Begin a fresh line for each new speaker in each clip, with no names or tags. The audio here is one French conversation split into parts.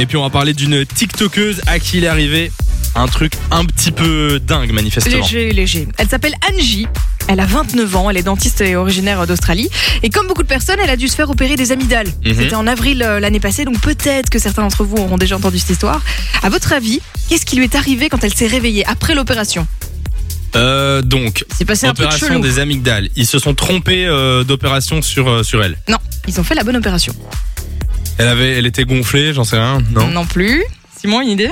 Et puis on va parler d'une TikTokeuse à qui il est arrivé un truc un petit peu dingue manifestement.
Léger, léger. Elle s'appelle Angie. Elle a 29 ans, elle est dentiste et originaire d'Australie. Et comme beaucoup de personnes, elle a dû se faire opérer des amygdales.
Mhm.
C'était en avril euh, l'année passée, donc peut-être que certains d'entre vous auront déjà entendu cette histoire. À votre avis, qu'est-ce qui lui est arrivé quand elle s'est réveillée après l'opération
Euh, donc,
C'est passé un peu de
opération
chelou.
des amygdales. Ils se sont trompés euh, d'opération sur, euh, sur elle.
Non, ils ont fait la bonne opération.
Elle avait, elle était gonflée, j'en sais rien.
Non.
Mm. plus. Simon, une idée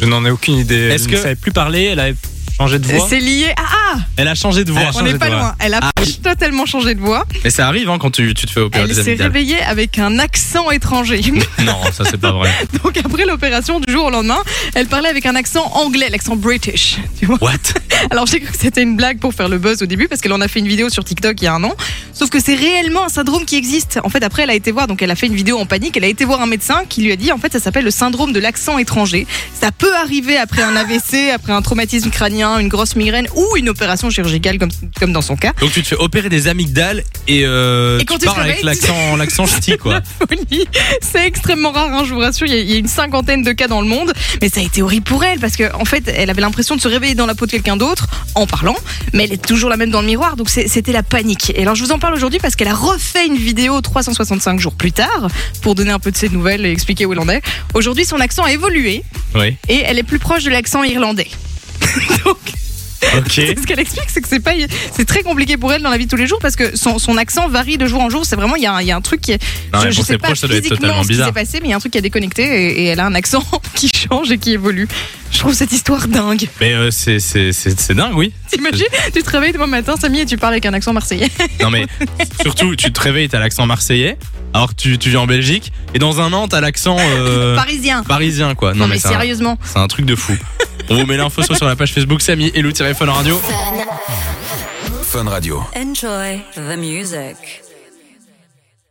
Je n'en ai aucune idée.
Est-ce
Elle
que-
ne savait plus parler Elle avait changé de voix.
C'est lié. Ah, ah
Elle a changé de voix. Ah
On n'est pas loin. Elle a totalement changé de voix.
Mais ça arrive hein, quand tu, tu te fais opérer
Elle
des
s'est
amygdales.
réveillée avec un accent étranger.
Non, ça c'est pas vrai.
Donc après l'opération du jour au lendemain, elle parlait avec un accent anglais, l'accent british. Tu vois
What
Alors j'ai cru que c'était une blague pour faire le buzz au début parce qu'elle en a fait une vidéo sur TikTok il y a un an. Sauf que c'est réellement un syndrome qui existe. En fait après elle a été voir, donc elle a fait une vidéo en panique, elle a été voir un médecin qui lui a dit en fait ça s'appelle le syndrome de l'accent étranger. Ça peut arriver après un AVC, après un traumatisme crânien, une grosse migraine ou une opération chirurgicale comme, comme dans son cas.
Donc tu te fais opérer des amygdales et, euh,
Et quand tu
tu
te
parles avec
réveilles,
l'accent l'accent ch'ti quoi.
folie. C'est extrêmement rare, hein, je vous rassure. Il y, a, il y a une cinquantaine de cas dans le monde. Mais ça a été horrible pour elle parce qu'en en fait, elle avait l'impression de se réveiller dans la peau de quelqu'un d'autre en parlant. Mais elle est toujours la même dans le miroir. Donc c'est- c'était la panique. Et alors je vous en parle aujourd'hui parce qu'elle a refait une vidéo 365 jours plus tard pour donner un peu de ses nouvelles et expliquer où elle en est. Aujourd'hui, son accent a évolué
Oui.
et elle est plus proche de l'accent irlandais. Donc,
Ok.
ce qu'elle explique, c'est que c'est pas, c'est très compliqué pour elle dans la vie de tous les jours parce que son, son accent varie de jour en jour. C'est vraiment, il y, a un- il y a un truc qui est,
Non, mais
je,
pour
je
ses
sais pas
proches, ça doit être
physiquement
totalement
ce qui
bizarre.
s'est passé, mais il y a un truc qui a déconnecté et, et elle a un accent qui change et qui évolue. Je trouve cette histoire dingue.
Mais euh, c'est- c'est c'est- c'est dingue, oui.
T'imagines, tu te réveilles demain matin, Samy, et tu parles avec un accent marseillais.
Non mais surtout, tu te réveilles, t'as l'accent marseillais, alors que tu, tu vis en Belgique, et dans un an, t'as l'accent euh,
Parisien.
parisien quoi. Non,
non mais
c'est un,
sérieusement.
c'est un truc de fou. On vous met l'info soit sur la page Facebook Samy et le Radio.
Fun Radio.
Enjoy the music.